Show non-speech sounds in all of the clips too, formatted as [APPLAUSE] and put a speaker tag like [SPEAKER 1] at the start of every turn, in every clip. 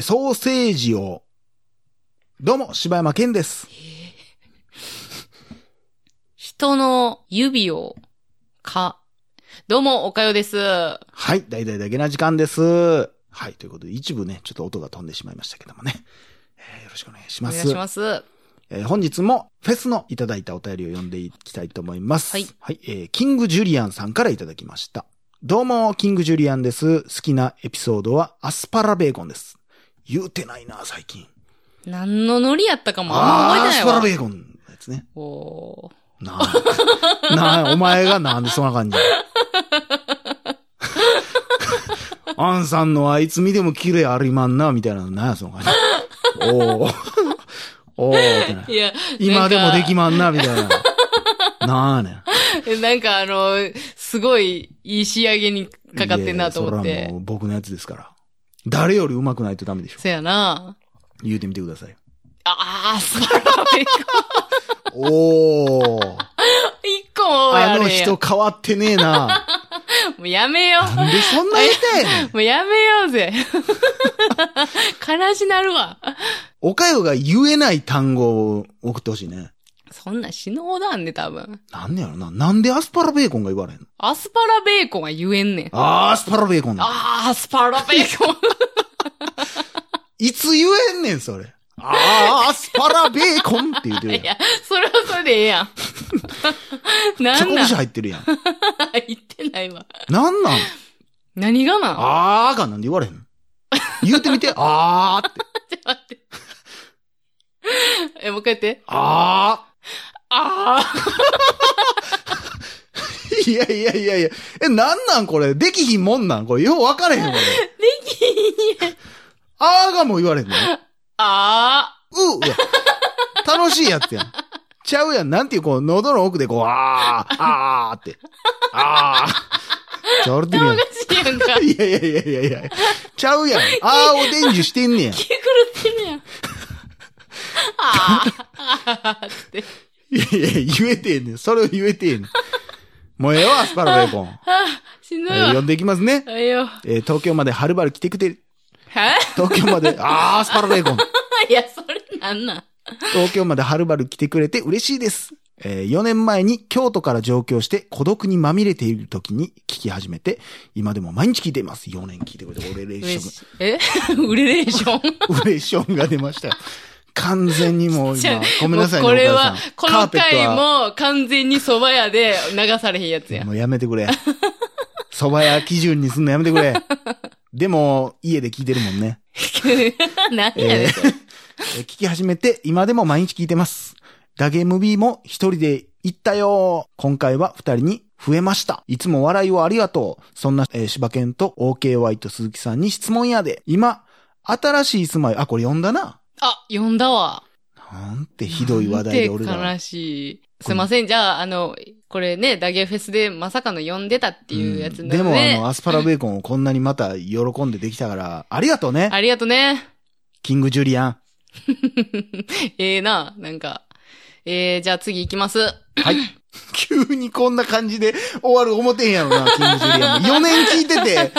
[SPEAKER 1] ソーセージを。どうも、柴山健です。
[SPEAKER 2] 人の指を、か。どうも、おかよです。
[SPEAKER 1] はい、大々だけな時間です。はい、ということで、一部ね、ちょっと音が飛んでしまいましたけどもね。えーよろしくお願いし
[SPEAKER 2] お
[SPEAKER 1] ま
[SPEAKER 2] 願い
[SPEAKER 1] す。
[SPEAKER 2] します。
[SPEAKER 1] えー本日も、フェスのいただいたお便りを読んでいきたいと思います。
[SPEAKER 2] はい。
[SPEAKER 1] えーキングジュリアンさんからいただきました。どうも、キングジュリアンです。好きなエピソードは、アスパラベーコンです。言うてないな、最近。
[SPEAKER 2] 何のノリやったかもあんま覚え
[SPEAKER 1] ーアス
[SPEAKER 2] て
[SPEAKER 1] パ
[SPEAKER 2] な
[SPEAKER 1] ラベ
[SPEAKER 2] いわ。
[SPEAKER 1] ーコンのやつね。
[SPEAKER 2] おー
[SPEAKER 1] なあ。なあ、お前がなんでそんな感じ。アンさんのあいつ見ても綺麗ありまんな、みたいなのなんや、その感じ。おー。 [LAUGHS] おーってな。
[SPEAKER 2] いや、
[SPEAKER 1] 今でもでき
[SPEAKER 2] ま
[SPEAKER 1] まんな、みたいな。なあねん。
[SPEAKER 2] す。なんかあの、すごい、いい仕上げにかかってんなと思っ
[SPEAKER 1] いやいやそれは
[SPEAKER 2] て
[SPEAKER 1] も。う僕のやつですから。誰より上手くないとダメでしょ。
[SPEAKER 2] そやな。
[SPEAKER 1] 言うてみてください。
[SPEAKER 2] あー、スパラベコン。
[SPEAKER 1] おー。
[SPEAKER 2] 一個も覚え
[SPEAKER 1] あ
[SPEAKER 2] られ
[SPEAKER 1] の
[SPEAKER 2] へんや
[SPEAKER 1] 人変わってねえな。
[SPEAKER 2] もうやめよう。
[SPEAKER 1] なんでそんな痛いねん。
[SPEAKER 2] もうやめようぜ。 [LAUGHS] 悲しなるわ。
[SPEAKER 1] おかよが言えない単語を送ってほしいね。
[SPEAKER 2] そんなん死ぬほどあんね、多分。
[SPEAKER 1] なんねやろな。なんでアスパラベーコンが言われへんの
[SPEAKER 2] アスパラベーコンは言えんねん。
[SPEAKER 1] あー、アスパラベーコンだ。
[SPEAKER 2] あー、アスパラベーコン。
[SPEAKER 1] いつ言えんねん、それ。あー、アスパラベーコンって言うてる
[SPEAKER 2] [LAUGHS] い
[SPEAKER 1] やん。
[SPEAKER 2] や、それはそれでええやん。な
[SPEAKER 1] そこ
[SPEAKER 2] んなん
[SPEAKER 1] 節入ってるやん。
[SPEAKER 2] 言ってないわ。
[SPEAKER 1] なんなん
[SPEAKER 2] 何がなん
[SPEAKER 1] あーがなんで言われへんの言うてみ
[SPEAKER 2] [LAUGHS]
[SPEAKER 1] て、あーって。
[SPEAKER 2] ちょっと待って。え、もう一回やって。
[SPEAKER 1] あー。
[SPEAKER 2] あ
[SPEAKER 1] いやいやいやいや。え、なんなんこれできひんもんなんこれよう分かれへんわ。できひんあーがもう言われへんの
[SPEAKER 2] あ、あ
[SPEAKER 1] うーや。楽しいやつやん。ちゃうやん。なんていう、こう、喉の奥でこう、あー、あーって。あー。ちゃうてるやん。
[SPEAKER 2] あ、おかしいやん
[SPEAKER 1] [LAUGHS]
[SPEAKER 2] か。
[SPEAKER 1] いやいやいやいやいやちゃう
[SPEAKER 2] [LAUGHS]
[SPEAKER 1] やん。あーを伝授してんねや。
[SPEAKER 2] 気狂ってるやん。あーあーって。
[SPEAKER 1] いやいや、言えてんねん。それを言えてんねん。もうええわ、アスパラベーコン。
[SPEAKER 2] しんどい
[SPEAKER 1] えー
[SPEAKER 2] わ。
[SPEAKER 1] 呼んでいきますね。
[SPEAKER 2] あいよ。
[SPEAKER 1] えー東京まではるばる来てくて、
[SPEAKER 2] は
[SPEAKER 1] 東京まで、あー、アスパラベー
[SPEAKER 2] [LAUGHS]
[SPEAKER 1] コン。
[SPEAKER 2] いや、それなんなん
[SPEAKER 1] 東京まではるばる来てくれて嬉しいです。えー4年前に京都から上京して孤独にまみれている時に聞き始めて、今でも毎日聞いています。4年聞いてくれて、俺レー
[SPEAKER 2] 嬉
[SPEAKER 1] シ
[SPEAKER 2] しい。え [LAUGHS] ウレレーション
[SPEAKER 1] ョン、ウレーションが出ましたよ。完全にもう
[SPEAKER 2] じゃ
[SPEAKER 1] 今
[SPEAKER 2] あ、
[SPEAKER 1] ごめんなさいね。
[SPEAKER 2] もうこれ
[SPEAKER 1] 岡
[SPEAKER 2] は
[SPEAKER 1] 田さん、
[SPEAKER 2] この
[SPEAKER 1] カーペッ
[SPEAKER 2] 回
[SPEAKER 1] トは
[SPEAKER 2] も完全に蕎麦屋で流されへんやつや。
[SPEAKER 1] もうやめてくれ。 [LAUGHS] 蕎麦屋基準にすんのやめてくれ。でも、家で聞いてるもんね。
[SPEAKER 2] [LAUGHS] 何やねん、それ。
[SPEAKER 1] えー聞き始めて、今でも毎日聞いてます。ダゲムビーも一人で行ったよ今回は二人に増えました。いつも笑いをありがとう。そんな、えー、柴犬と OKY と鈴木さんに質問やで。今、新しい住まい、あ、これ読んだな。
[SPEAKER 2] あ、呼んだわ。
[SPEAKER 1] なんてひどい話題で俺
[SPEAKER 2] なんて
[SPEAKER 1] ら。
[SPEAKER 2] 悲しい。すいません、じゃあ、あの、これね、ダゲフェスでまさかの呼んでたっていうやつ
[SPEAKER 1] うん
[SPEAKER 2] な
[SPEAKER 1] で
[SPEAKER 2] の
[SPEAKER 1] もあ
[SPEAKER 2] で、
[SPEAKER 1] の、アスパラベーコンをこんなにまた喜んでできたから、ありがとうね。
[SPEAKER 2] ありがとね。
[SPEAKER 1] キングジュリアン。
[SPEAKER 2] ええな、なんか。えー、じゃあ次行きます。
[SPEAKER 1] はい。 [LAUGHS] 急にこんな感じで終わる思てへんやろ
[SPEAKER 2] [LAUGHS]
[SPEAKER 1] な、キングジュリアンも。4年聞いてて、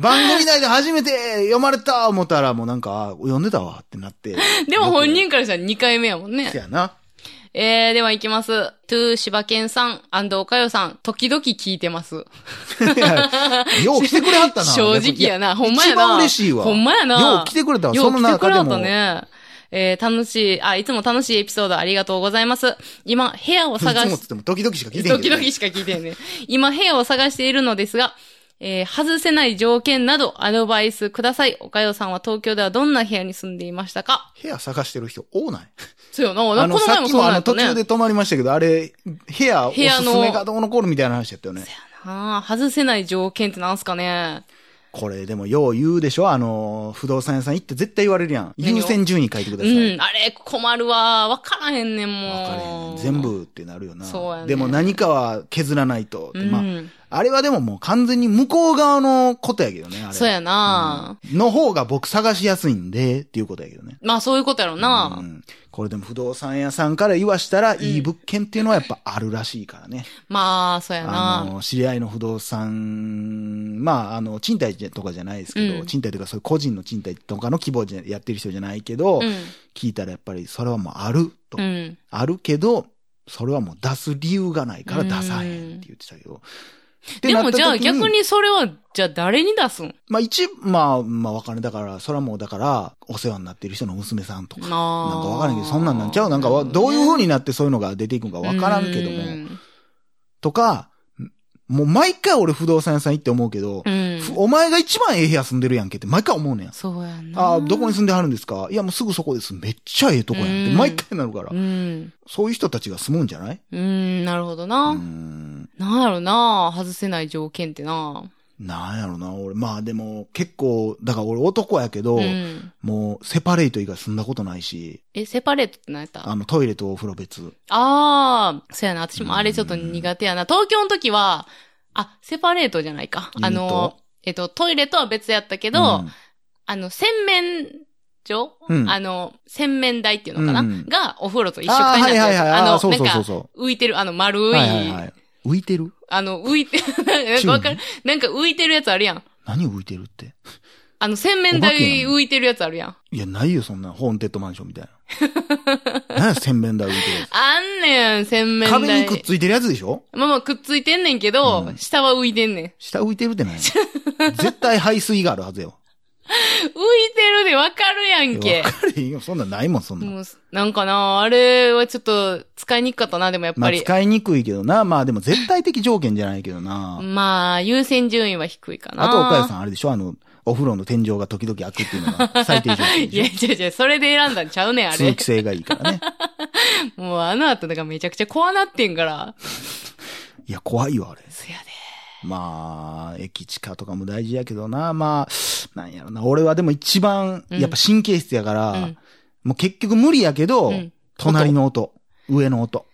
[SPEAKER 1] 番組内で初めて読まれた思ったら、もうなんか、あ読んでたわってな
[SPEAKER 2] [LAUGHS]
[SPEAKER 1] って。
[SPEAKER 2] でも本人からしたら2回目やもんね
[SPEAKER 1] せ。やな。 [LAUGHS]
[SPEAKER 2] えー、では行きます。トゥー柴犬さん、アンドおかよさん、時々聞いてます。
[SPEAKER 1] よう来てくれはったな。
[SPEAKER 2] 正直や
[SPEAKER 1] な。
[SPEAKER 2] な。ほんまやな。
[SPEAKER 1] 一番嬉しいわ
[SPEAKER 2] ほんまやな。
[SPEAKER 1] よう来てくれたわ。
[SPEAKER 2] よ
[SPEAKER 1] そうの
[SPEAKER 2] 来てく
[SPEAKER 1] 中
[SPEAKER 2] れ
[SPEAKER 1] で
[SPEAKER 2] た
[SPEAKER 1] も。
[SPEAKER 2] ね。えー、楽しい、あ、いつも楽しいエピソードありがとうございます。今、部屋を
[SPEAKER 1] [LAUGHS] いつも
[SPEAKER 2] 探
[SPEAKER 1] っ
[SPEAKER 2] し
[SPEAKER 1] つっ、ても、時々しか聞いてへん
[SPEAKER 2] ド
[SPEAKER 1] け
[SPEAKER 2] キ
[SPEAKER 1] ど
[SPEAKER 2] ド
[SPEAKER 1] ね。
[SPEAKER 2] キしか聞いてんね。今、部屋を探しているのですが、えー、外せない条件など、アドバイスください。おかよさんは東京ではどんな部屋に住んでいましたか
[SPEAKER 1] 部屋探してる人多ない。
[SPEAKER 2] そうよな。
[SPEAKER 1] あ
[SPEAKER 2] な
[SPEAKER 1] の、
[SPEAKER 2] この
[SPEAKER 1] さ
[SPEAKER 2] 前
[SPEAKER 1] っ
[SPEAKER 2] も
[SPEAKER 1] き
[SPEAKER 2] そう
[SPEAKER 1] もあ
[SPEAKER 2] なんや
[SPEAKER 1] の、
[SPEAKER 2] った
[SPEAKER 1] 途
[SPEAKER 2] ね。
[SPEAKER 1] 中で泊まりましたけど、あれ、部屋、おす
[SPEAKER 2] 部屋
[SPEAKER 1] す
[SPEAKER 2] の
[SPEAKER 1] めがどうのこうのみたいな話やったよね。
[SPEAKER 2] ああ、外せない条件ってなんすかね。
[SPEAKER 1] これでもよう言うでしょあの、不動産屋さん行って絶対言われるやん。
[SPEAKER 2] 何を
[SPEAKER 1] 優先順位書いてくだ
[SPEAKER 2] う
[SPEAKER 1] さい。
[SPEAKER 2] ん、あれ、困るわ。わからへんねん、もう。
[SPEAKER 1] 分かれへんねん全。部ってなるよな。
[SPEAKER 2] そうやね
[SPEAKER 1] でも何かは削らないと。
[SPEAKER 2] うん
[SPEAKER 1] まあ、あれはでももう完全に向こう側のことやけどね、あれは。
[SPEAKER 2] そうやな、
[SPEAKER 1] うんの方が僕探しやすいんで、っていうことやけどね。
[SPEAKER 2] まあそういうことやろうな、
[SPEAKER 1] うんこれでも不動産屋さんから言わしたら、いい物件っていうのはやっぱあるらしいからね。
[SPEAKER 2] まあそうや
[SPEAKER 1] あ
[SPEAKER 2] な
[SPEAKER 1] の、知り合いの不動産、まあ、あの、賃貸じゃとかじゃないですけど、
[SPEAKER 2] うん
[SPEAKER 1] 賃貸とかそういう個人の賃貸とかの規模でやってる人じゃないけど、
[SPEAKER 2] うん。
[SPEAKER 1] 聞いたらやっぱりそれはもうあると。
[SPEAKER 2] うん。
[SPEAKER 1] あるけど、それはもう出す理由がないから出さへんって言ってたけど。って
[SPEAKER 2] で
[SPEAKER 1] な
[SPEAKER 2] も
[SPEAKER 1] った
[SPEAKER 2] じゃあ
[SPEAKER 1] 時
[SPEAKER 2] 逆にそれは、じゃあ誰に出すん
[SPEAKER 1] まあ一、まあ、まあわかんない。だから、それはもうだから、お世話になってる人の娘さんとか。
[SPEAKER 2] なん
[SPEAKER 1] なんか
[SPEAKER 2] か
[SPEAKER 1] わからんけど、そんなんなんちゃうなんかわ、どういう風になってそういうのが出ていくんかわからんけども。とか、もう毎回俺不動産屋さん行って思うけど
[SPEAKER 2] う、ん。
[SPEAKER 1] ふお前が一番ええ部屋住んでるやんけって毎回思うねん。
[SPEAKER 2] そうやな
[SPEAKER 1] ああ、どこに住んではるんですかいや、もうすぐそこです。めっちゃええとこやんって
[SPEAKER 2] うん
[SPEAKER 1] 毎回なるから
[SPEAKER 2] う。ん。
[SPEAKER 1] そういう人たちが住むんじゃない
[SPEAKER 2] うん、なるほど
[SPEAKER 1] う
[SPEAKER 2] な。
[SPEAKER 1] ーん。
[SPEAKER 2] なんやろな外せない条件ってな。
[SPEAKER 1] なんやろな、俺。まあでも、結構、だから俺男やけど、
[SPEAKER 2] うん。
[SPEAKER 1] もう、セパレート以外住んだことないし、
[SPEAKER 2] え、セパレートって何やった
[SPEAKER 1] あの、トイレとお風呂別。
[SPEAKER 2] ああ、そうやな。私もあれちょっと
[SPEAKER 1] うん
[SPEAKER 2] 苦手やな。東京の時は、あ、セパレートじゃないか。
[SPEAKER 1] ユニ
[SPEAKER 2] あ
[SPEAKER 1] ット
[SPEAKER 2] の、えっと、トイレとは別やったけど、
[SPEAKER 1] うん
[SPEAKER 2] あの、洗面所、
[SPEAKER 1] うん
[SPEAKER 2] あの、洗面台っていうのかな、
[SPEAKER 1] うん
[SPEAKER 2] が、お風呂と一緒く
[SPEAKER 1] あ
[SPEAKER 2] た
[SPEAKER 1] ーは
[SPEAKER 2] になって
[SPEAKER 1] い
[SPEAKER 2] る
[SPEAKER 1] は
[SPEAKER 2] や
[SPEAKER 1] い
[SPEAKER 2] つ
[SPEAKER 1] はい。
[SPEAKER 2] あ
[SPEAKER 1] あ
[SPEAKER 2] の、
[SPEAKER 1] ーそうそう
[SPEAKER 2] な
[SPEAKER 1] そ
[SPEAKER 2] ん
[SPEAKER 1] う
[SPEAKER 2] か、
[SPEAKER 1] そ
[SPEAKER 2] 浮いてる、あの、丸
[SPEAKER 1] う。
[SPEAKER 2] い、
[SPEAKER 1] はいはいはい。浮いてる
[SPEAKER 2] あの、浮いて、 [LAUGHS] なん
[SPEAKER 1] チュー
[SPEAKER 2] か
[SPEAKER 1] ブ
[SPEAKER 2] わかるなんか浮いてるやつあるやん。
[SPEAKER 1] 何浮いてるって。
[SPEAKER 2] あの、洗面
[SPEAKER 1] お化け
[SPEAKER 2] 台
[SPEAKER 1] やん
[SPEAKER 2] 浮いてるやつあるやん。
[SPEAKER 1] いや、ないよ、そんな。ホーンテッドマンションみたい
[SPEAKER 2] [LAUGHS]
[SPEAKER 1] な。何や、洗面台浮いてるや
[SPEAKER 2] あんねん、洗面
[SPEAKER 1] つ。
[SPEAKER 2] 台。
[SPEAKER 1] 壁にくっついてるやつでしょ
[SPEAKER 2] まあまあくっついてんねんけど、
[SPEAKER 1] うん
[SPEAKER 2] 下は浮いてんねん。
[SPEAKER 1] 下浮いてるってない [LAUGHS] 絶対排水があるはずよ。
[SPEAKER 2] 浮いてるでわかるやん
[SPEAKER 1] いや
[SPEAKER 2] け
[SPEAKER 1] わ。かるよ。そんなんないもん、そんなん。
[SPEAKER 2] もう、なんかな、あれはちょっと使いにくかったな、でもやっ
[SPEAKER 1] ま
[SPEAKER 2] ぱ
[SPEAKER 1] あ、
[SPEAKER 2] り。
[SPEAKER 1] 使いにくいけどな。まあ、でも絶対的条件じゃないけど
[SPEAKER 2] ま
[SPEAKER 1] な
[SPEAKER 2] あ、。優先順位は低いかな。
[SPEAKER 1] あと、岡谷さ
[SPEAKER 2] ん。
[SPEAKER 1] ん、あれでしょあの、お風呂の天井が時々開くっていうのが最低条件
[SPEAKER 2] [LAUGHS] いや、
[SPEAKER 1] でし
[SPEAKER 2] いやいや、それで選んだんちゃうねん、
[SPEAKER 1] ょ
[SPEAKER 2] あ
[SPEAKER 1] 通
[SPEAKER 2] れ
[SPEAKER 1] 気。性がいいからね。
[SPEAKER 2] もうあの後とかめちゃくちゃ怖なってんから。
[SPEAKER 1] いや、怖いよ、あれ。
[SPEAKER 2] そやで。
[SPEAKER 1] まあ、駅地下とかも大事やけどな。まあ、なんやろな。俺はでも一番、やっぱ神経質やから、
[SPEAKER 2] うん
[SPEAKER 1] もう結局無理やけど、
[SPEAKER 2] うん
[SPEAKER 1] 隣の音、上の音。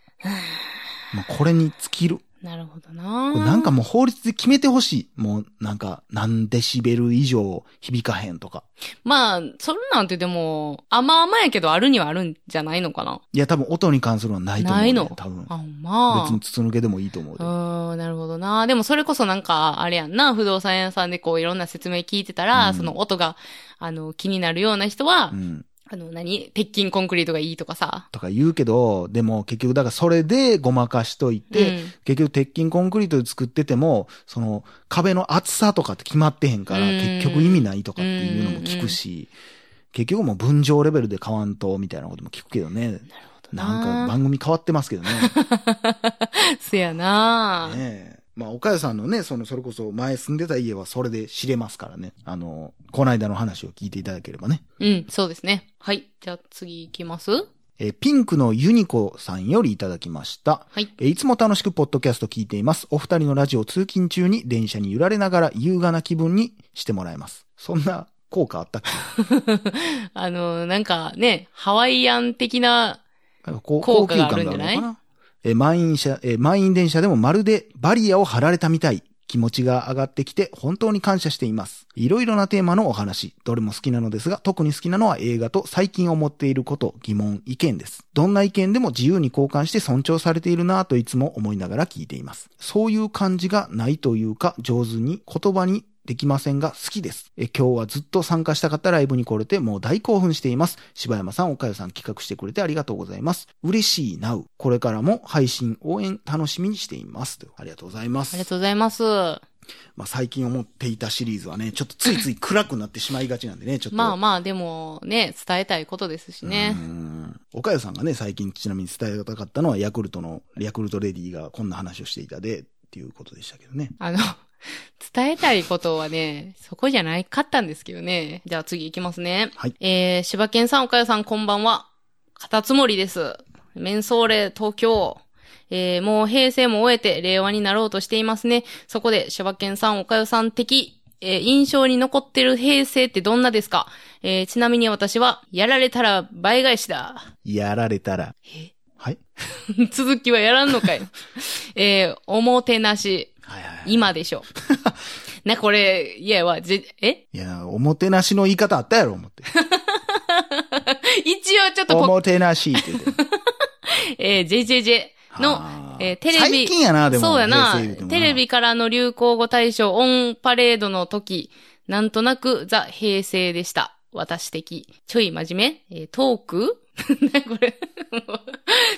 [SPEAKER 1] もうこれに尽きる。
[SPEAKER 2] なるほどな
[SPEAKER 1] こ。れなんか、もう法律で決めてほしい。もうなんか何デシベル以上響かへんとか。
[SPEAKER 2] まあ、そんなんてでも、甘々やけどあるにはあるんじゃないのかな。
[SPEAKER 1] いや多分音に関するのはないと思う、
[SPEAKER 2] な
[SPEAKER 1] ね。
[SPEAKER 2] いの
[SPEAKER 1] 多分。
[SPEAKER 2] あ、まあ。
[SPEAKER 1] 別に筒抜けでもいいと思うで。
[SPEAKER 2] うーん、なるほどな。でもそれこそなんか、あれやんな、不動産屋さんでこういろんな説明聞いてたら、
[SPEAKER 1] うん
[SPEAKER 2] その音が、あの、気になるような人は、
[SPEAKER 1] うん。
[SPEAKER 2] あの、何鉄筋コンクリートがいいとかさ。
[SPEAKER 1] とか言うけど、でも結局だからそれでごまかしといて、
[SPEAKER 2] うん
[SPEAKER 1] 結局鉄筋コンクリートで作ってても、その壁の厚さとかって決まってへんから、
[SPEAKER 2] うん
[SPEAKER 1] 結局意味ないとかっていうのも聞くし、結局もう分譲レベルで買わんと、みたいなことも聞くけどね。なんか番組変わってますけどね。
[SPEAKER 2] せやな、
[SPEAKER 1] ねえまあ、岡谷さんのね、その、それこそ前住んでた家はそれで知れますからね。あの、この間の話を聞いていただければね。
[SPEAKER 2] うん、そうですね。はい。じゃあ次行きます
[SPEAKER 1] えーピンクのユニコさんよりいただきました。
[SPEAKER 2] はい。
[SPEAKER 1] えーいつも楽しくポッドキャスト聞いています。お二人のラジオを通勤中に電車に揺られながら優雅な気分にしてもらえます。そんな効果あったっけ
[SPEAKER 2] [LAUGHS] あの、なんかね、ハワイアン的な、
[SPEAKER 1] なんかこう
[SPEAKER 2] 効果があるんじゃ
[SPEAKER 1] 高級感が
[SPEAKER 2] な
[SPEAKER 1] あ
[SPEAKER 2] い
[SPEAKER 1] るのかなえー満員車、えー満員電車でもまるでバリアを張られたみたい。気持ちが上がってきて本当に感謝しています。いろいろなテーマのお話。どれも好きなのですが、特に好きなのは映画と最近思っていること、疑問、意見です。どんな意見でも自由に交換して尊重されているなぁといつも思いながら聞いています。そういう感じがないというか、上手に言葉にできませんが好きです。え今日はずっと参加したかったライブに来れてもう大興奮しています。柴山さん、岡谷さん企画してくれてありがとうございます。嬉しいなう。これからも配信応援楽しみにしています。とありがとうございま
[SPEAKER 2] あり
[SPEAKER 1] す
[SPEAKER 2] が。とうございます。
[SPEAKER 1] まあ、最近思っていたシリーズはね、ちょっとついつい暗くなってしまいがちなんでね、ちょっと。
[SPEAKER 2] まあまあ、でもね、伝えたいことですしね
[SPEAKER 1] う。ん。岡谷さんがね、最近ちなみに伝えたかったのはヤクルトの、ヤクルトレディがこんな話をしていたで、っていうことでしたけどね。
[SPEAKER 2] あの、 [LAUGHS] 伝えたいことはね、そこじゃないかったんですけどね。じゃあ次行きますね。
[SPEAKER 1] はい
[SPEAKER 2] えー、柴犬さん、岡谷さん、こんばんは。カタツムリです。メンソーレ東京。えー、もう平成も終えて令和になろうとしていますね。そこで、柴犬さん、岡谷さん的、えー印象に残ってる平成ってどんなですかえー、ちなみに私は、やられたら倍返しだ。 [LAUGHS]
[SPEAKER 1] やられたら、
[SPEAKER 2] え
[SPEAKER 1] はい。
[SPEAKER 2] 続きはやらん
[SPEAKER 1] [LAUGHS]
[SPEAKER 2] のかい。えー、おもてなし、
[SPEAKER 1] はいはいはい。
[SPEAKER 2] 今
[SPEAKER 1] [LAUGHS]
[SPEAKER 2] でしょ。な、これ、いやわ、ぜ、え
[SPEAKER 1] いや、おもてなしの言い方あったやろ、思って。
[SPEAKER 2] 一応ちょっと
[SPEAKER 1] お
[SPEAKER 2] こ、
[SPEAKER 1] もてなしって言って。
[SPEAKER 2] えー、JJJ の、
[SPEAKER 1] はあ
[SPEAKER 2] えーテレビ
[SPEAKER 1] 最近やな、でも。
[SPEAKER 2] そうや
[SPEAKER 1] 平
[SPEAKER 2] な
[SPEAKER 1] 成言うても、
[SPEAKER 2] テレビからの流行語大賞オンパレードの時、なんとなくザ平成でした。私的。ちょい真面目、えートーク [LAUGHS] なこれ。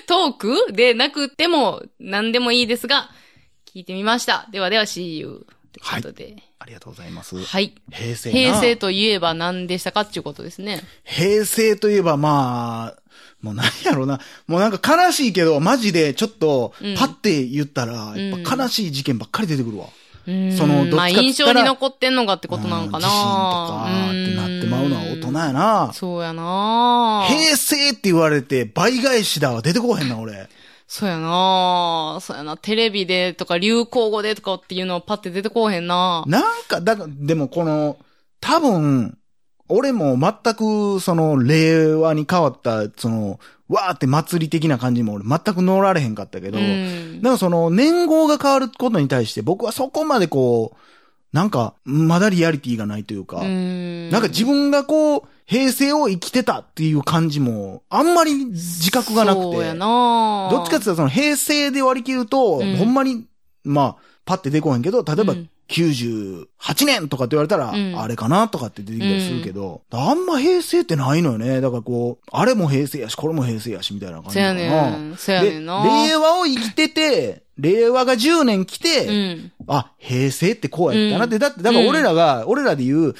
[SPEAKER 2] トークでなくても何でもいいですが、聞いてみました。ではでは See you. ということで。
[SPEAKER 1] ありがとうございます
[SPEAKER 2] はい。。
[SPEAKER 1] 平成な。
[SPEAKER 2] 平成といえば何でしたかっていうことですね。
[SPEAKER 1] 平成といえばまあ、もうなんやろうな。もうなんか悲しいけど、マジでちょっと
[SPEAKER 2] うん、
[SPEAKER 1] パって言ったら、
[SPEAKER 2] うん
[SPEAKER 1] やっぱ悲しい事件ばっかり出てくるわ。
[SPEAKER 2] うーん
[SPEAKER 1] そのどっちかっつったら
[SPEAKER 2] まあ印象に残ってんのがってことなのかな
[SPEAKER 1] 地震とかってなってまうのは大人やな。
[SPEAKER 2] そうやな
[SPEAKER 1] 平成って言われて倍返しだわ。出てこうへんな、俺。
[SPEAKER 2] そうやなぁ。そうやな。テレビでとか流行語でとかっていうのはパッて出てこうへんなぁ。
[SPEAKER 1] なんか、だから、でもこの、多分、俺も全く、その、令和に変わった、その、わーって祭り的な感じも俺全く乗られへんかったけど、
[SPEAKER 2] うん。
[SPEAKER 1] なんかその、年号が変わることに対して僕はそこまでこう、なんか、まだリアリティがないというか、
[SPEAKER 2] うん
[SPEAKER 1] なんか自分がこう、平成を生きてたっていう感じも、あんまり自覚がなくて。
[SPEAKER 2] そうやなぁ。
[SPEAKER 1] どっちかって
[SPEAKER 2] て
[SPEAKER 1] 言ったらその平成で割り切ると、
[SPEAKER 2] うん
[SPEAKER 1] ほんまに、まあ、パッて出こへんけど、例えば
[SPEAKER 2] うん
[SPEAKER 1] 98年とかって言われたら、
[SPEAKER 2] うん
[SPEAKER 1] あれかなとかって出てきたりするけど、あんま平成ってないのよね。だからこう、あれも平成やし、これも平成やし、みたいな感じ
[SPEAKER 2] そう
[SPEAKER 1] か
[SPEAKER 2] や
[SPEAKER 1] な。
[SPEAKER 2] ねん。そうや
[SPEAKER 1] で、
[SPEAKER 2] ねん
[SPEAKER 1] 令
[SPEAKER 2] な
[SPEAKER 1] 和を生きてて、令和が10年来て、
[SPEAKER 2] うん。
[SPEAKER 1] あ、平成ってこうやったなって、
[SPEAKER 2] うん
[SPEAKER 1] だって、だから俺らが、俺らで言う、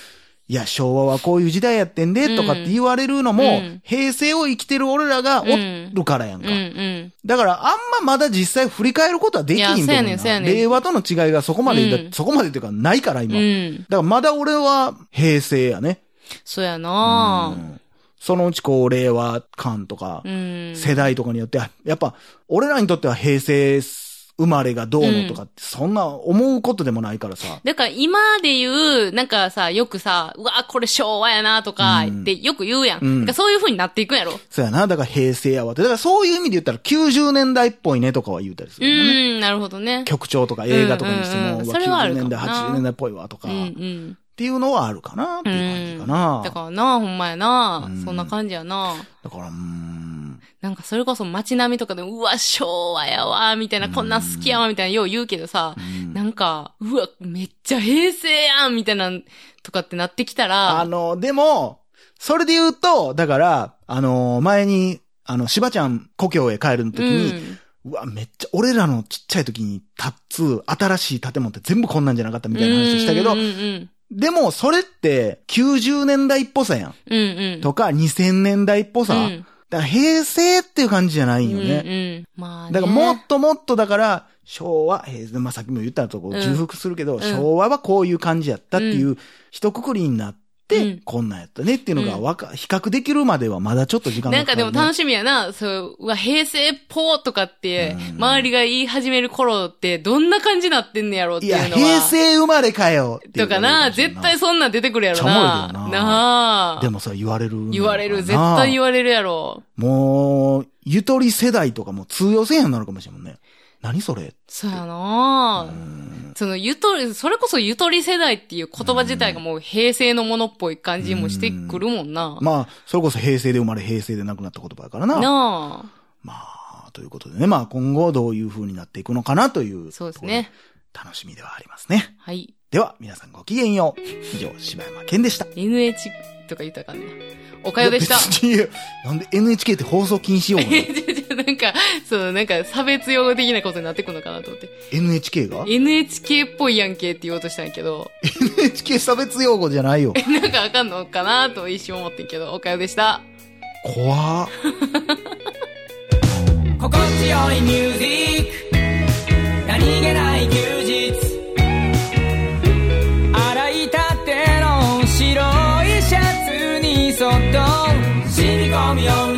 [SPEAKER 1] いや、昭和はこういう時代やってんで、とかって言われるのも、
[SPEAKER 2] うん
[SPEAKER 1] 平成を生きてる俺らがおるからやん
[SPEAKER 2] うん
[SPEAKER 1] か。
[SPEAKER 2] うん。
[SPEAKER 1] だから、あんままだ実際振り返ることはできひんと思う
[SPEAKER 2] いやそうやねんそう
[SPEAKER 1] な
[SPEAKER 2] やねん
[SPEAKER 1] 令和との違いがそこまでだ、
[SPEAKER 2] うん
[SPEAKER 1] そこまでっていうかないから
[SPEAKER 2] う
[SPEAKER 1] 今。だ
[SPEAKER 2] ん。
[SPEAKER 1] からまだ俺は平成やね。
[SPEAKER 2] そうやな
[SPEAKER 1] う
[SPEAKER 2] ぁ。
[SPEAKER 1] んそのうちこう、令和感とか、
[SPEAKER 2] うん。
[SPEAKER 1] 世代とかによって、あやっぱ、俺らにとっては平成生まれがどうのとかって、そんな思うことでもないからさ。
[SPEAKER 2] だから今で言う、なんかさ、よくさ、うわ、これ昭和やなとか、
[SPEAKER 1] うん
[SPEAKER 2] ってよく言うやん。
[SPEAKER 1] うん
[SPEAKER 2] だからそういう風になっていくんやろ。
[SPEAKER 1] そうやな。だから平成やわって。だからそういう意味で言ったら90年代っぽいねとかは言うたりす
[SPEAKER 2] う
[SPEAKER 1] るよね。
[SPEAKER 2] ん、なるほどね。
[SPEAKER 1] 曲調とか映画とかにして
[SPEAKER 2] うんう
[SPEAKER 1] も、
[SPEAKER 2] んうん
[SPEAKER 1] うわ
[SPEAKER 2] それはあ
[SPEAKER 1] 90
[SPEAKER 2] るか
[SPEAKER 1] 年
[SPEAKER 2] もな
[SPEAKER 1] 代、80年代っぽいわとか。
[SPEAKER 2] うんうん。
[SPEAKER 1] っていうのはあるかなっていう感じかな。
[SPEAKER 2] だからな、ほんまやな、
[SPEAKER 1] うん
[SPEAKER 2] そんな感じやな。
[SPEAKER 1] だから、うーん。
[SPEAKER 2] なんかそれこそ街並みとかで、うわ、昭和やわ、みたいな、
[SPEAKER 1] うん
[SPEAKER 2] こんなん好きやわ、みたいな、よう言うけどさ
[SPEAKER 1] う、ん
[SPEAKER 2] なんか、うわ、めっちゃ平成やん、みたいなん、とかってなってきた
[SPEAKER 1] あ
[SPEAKER 2] ら、
[SPEAKER 1] の、でも、それで言うと、だから、あの、前に、あの、しばちゃん故郷へ帰るの時
[SPEAKER 2] う
[SPEAKER 1] に、
[SPEAKER 2] ん、
[SPEAKER 1] うわ、めっちゃ、俺らのちっちゃい時に建つ新しい建物って全部こんなんじゃなかったみたいな話したけど
[SPEAKER 2] うん、うん
[SPEAKER 1] でも、それって90年代っぽさやん。
[SPEAKER 2] うん。うんうん。
[SPEAKER 1] とか、2000年代っぽさ。
[SPEAKER 2] うん
[SPEAKER 1] だから平成っていう感じじゃないよね。
[SPEAKER 2] うんうん。まあね。
[SPEAKER 1] だからもっともっとだから、昭和、えーまあ、さっきも言ったとこ
[SPEAKER 2] うん
[SPEAKER 1] 重複するけど、昭和はこういう感じやったっていう、一括りになって、
[SPEAKER 2] うん
[SPEAKER 1] こんなんやったねっていうのがわか、比較できるまではまだちょっと時間が
[SPEAKER 2] なんかでも楽
[SPEAKER 1] し
[SPEAKER 2] しみやな。そう、うわ、平成っぽーとかって、
[SPEAKER 1] うん
[SPEAKER 2] 周りが言い始める頃って、どんな感じになってんねやろって
[SPEAKER 1] い
[SPEAKER 2] いうのは。
[SPEAKER 1] や、平成生まれかよっていう
[SPEAKER 2] とかな、
[SPEAKER 1] 感じや
[SPEAKER 2] 絶対そんなん出てくるやろ
[SPEAKER 1] ちょも
[SPEAKER 2] な。
[SPEAKER 1] ろいよな
[SPEAKER 2] なあ。
[SPEAKER 1] でもさ、言われる。
[SPEAKER 2] 言われる、絶対言
[SPEAKER 1] わ
[SPEAKER 2] われるやろ。
[SPEAKER 1] もう、ゆとり世代とかも通用せんようになるかもしれんもんね。何それ
[SPEAKER 2] そうやな
[SPEAKER 1] う
[SPEAKER 2] あ
[SPEAKER 1] ん
[SPEAKER 2] そのゆとり、それこそゆとり世代っていう言葉自体がもう平成のものっぽい感じもしてくるもんな。
[SPEAKER 1] まあ、それこそ平成で生まれ平成で亡くなった言葉やから
[SPEAKER 2] なあ。
[SPEAKER 1] まあ、ということでね、まあ今後どういう風になっていくのかなという。
[SPEAKER 2] そうですね。
[SPEAKER 1] 楽しみではありますね。
[SPEAKER 2] はい。
[SPEAKER 1] では、皆さんごきげんよう。以上、柴山健でした。
[SPEAKER 2] NH とか言ったらあかんね。おかよでした。
[SPEAKER 1] いや別になんで NHK って放送禁止
[SPEAKER 2] [LAUGHS]
[SPEAKER 1] 用語なの
[SPEAKER 2] じゃじゃなんか、そう、なんか差別用語的なことになってくのかなと思って。
[SPEAKER 1] ?NHK が
[SPEAKER 2] NHK っぽいやんけって言おうとしたんやけど、
[SPEAKER 1] ?NHK 差別用語じゃないよ。
[SPEAKER 2] なんかあかんのかなと一瞬思ってんけど、おかよでした。
[SPEAKER 1] 怖っ。
[SPEAKER 3] 心地よいミュージック何気ない休日洗いたての白いシャツにそっと染み込むよう